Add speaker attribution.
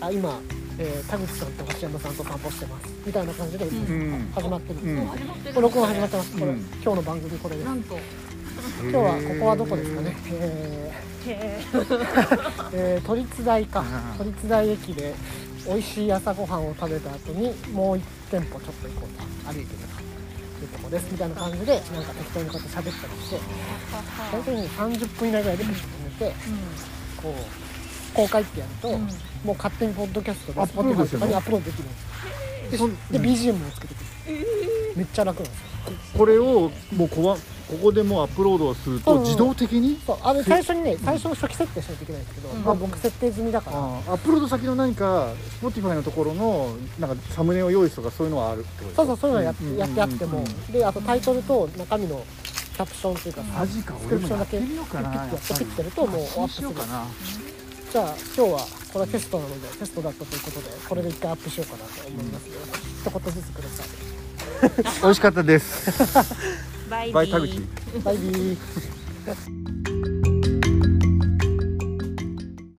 Speaker 1: か今、えー田口さんと星山さんと散歩してますみたいな感じで
Speaker 2: うん
Speaker 1: 始まってる、
Speaker 2: うん
Speaker 1: こ
Speaker 2: うん
Speaker 3: もう始まってる
Speaker 1: れ録音始まってます、これ
Speaker 2: うん
Speaker 1: 今日の番組これです
Speaker 3: なんと
Speaker 1: 今日はここはどこですかね、えーえー都立大か
Speaker 2: うん
Speaker 1: 都立大駅で美味しい朝ごはんを食べた後にもう1店舗ちょっと行こうと歩いてみたというとこですみたいな感じでなんか適当にこうやって喋ったりして大体ね30分以内ぐらいでピッと止めてこう公開ってやると、
Speaker 3: うん
Speaker 1: もう勝手にポッドキャストが
Speaker 2: アップロー
Speaker 1: Spotify
Speaker 2: ドで
Speaker 1: と
Speaker 2: すよ
Speaker 1: か
Speaker 2: ね
Speaker 1: にアップロードできるんですよで,、BGM もつけてくる、めっちゃ楽なんですよ
Speaker 2: これをもうこわここでもうアップロードをする
Speaker 1: うん
Speaker 2: と
Speaker 1: うん
Speaker 2: 自動的に
Speaker 1: そうあの最初にね最初の初期設定しないといけないんですけど、
Speaker 3: うん
Speaker 1: まあ、僕設定済みだから、
Speaker 2: あーアップロード先の何か Spotify のところのなんかサムネを用意するとかそういうのはあるってこと
Speaker 1: そうそうそういうのやって,、
Speaker 2: んんん
Speaker 1: やってあっても、であとタイトルと中身のキャプションというか
Speaker 2: マジか
Speaker 1: スク
Speaker 2: 俺
Speaker 1: リプショ
Speaker 2: も
Speaker 1: ン
Speaker 2: や
Speaker 1: だ
Speaker 2: っ
Speaker 1: け
Speaker 2: てみようかな
Speaker 1: ピッ
Speaker 2: や
Speaker 1: てやって
Speaker 2: っぱり
Speaker 1: ピッてやるともう終わ
Speaker 2: そう
Speaker 1: って
Speaker 2: し
Speaker 1: すぐ
Speaker 2: ようかな
Speaker 1: じゃあ今日はこれはテストなのでテストだったということでこれで一回アップしようかなと思いますので、一言ずつください
Speaker 2: 美味しかったです
Speaker 3: バイ
Speaker 2: バ
Speaker 3: バ
Speaker 2: イ
Speaker 3: イ
Speaker 2: 田口
Speaker 1: バイビー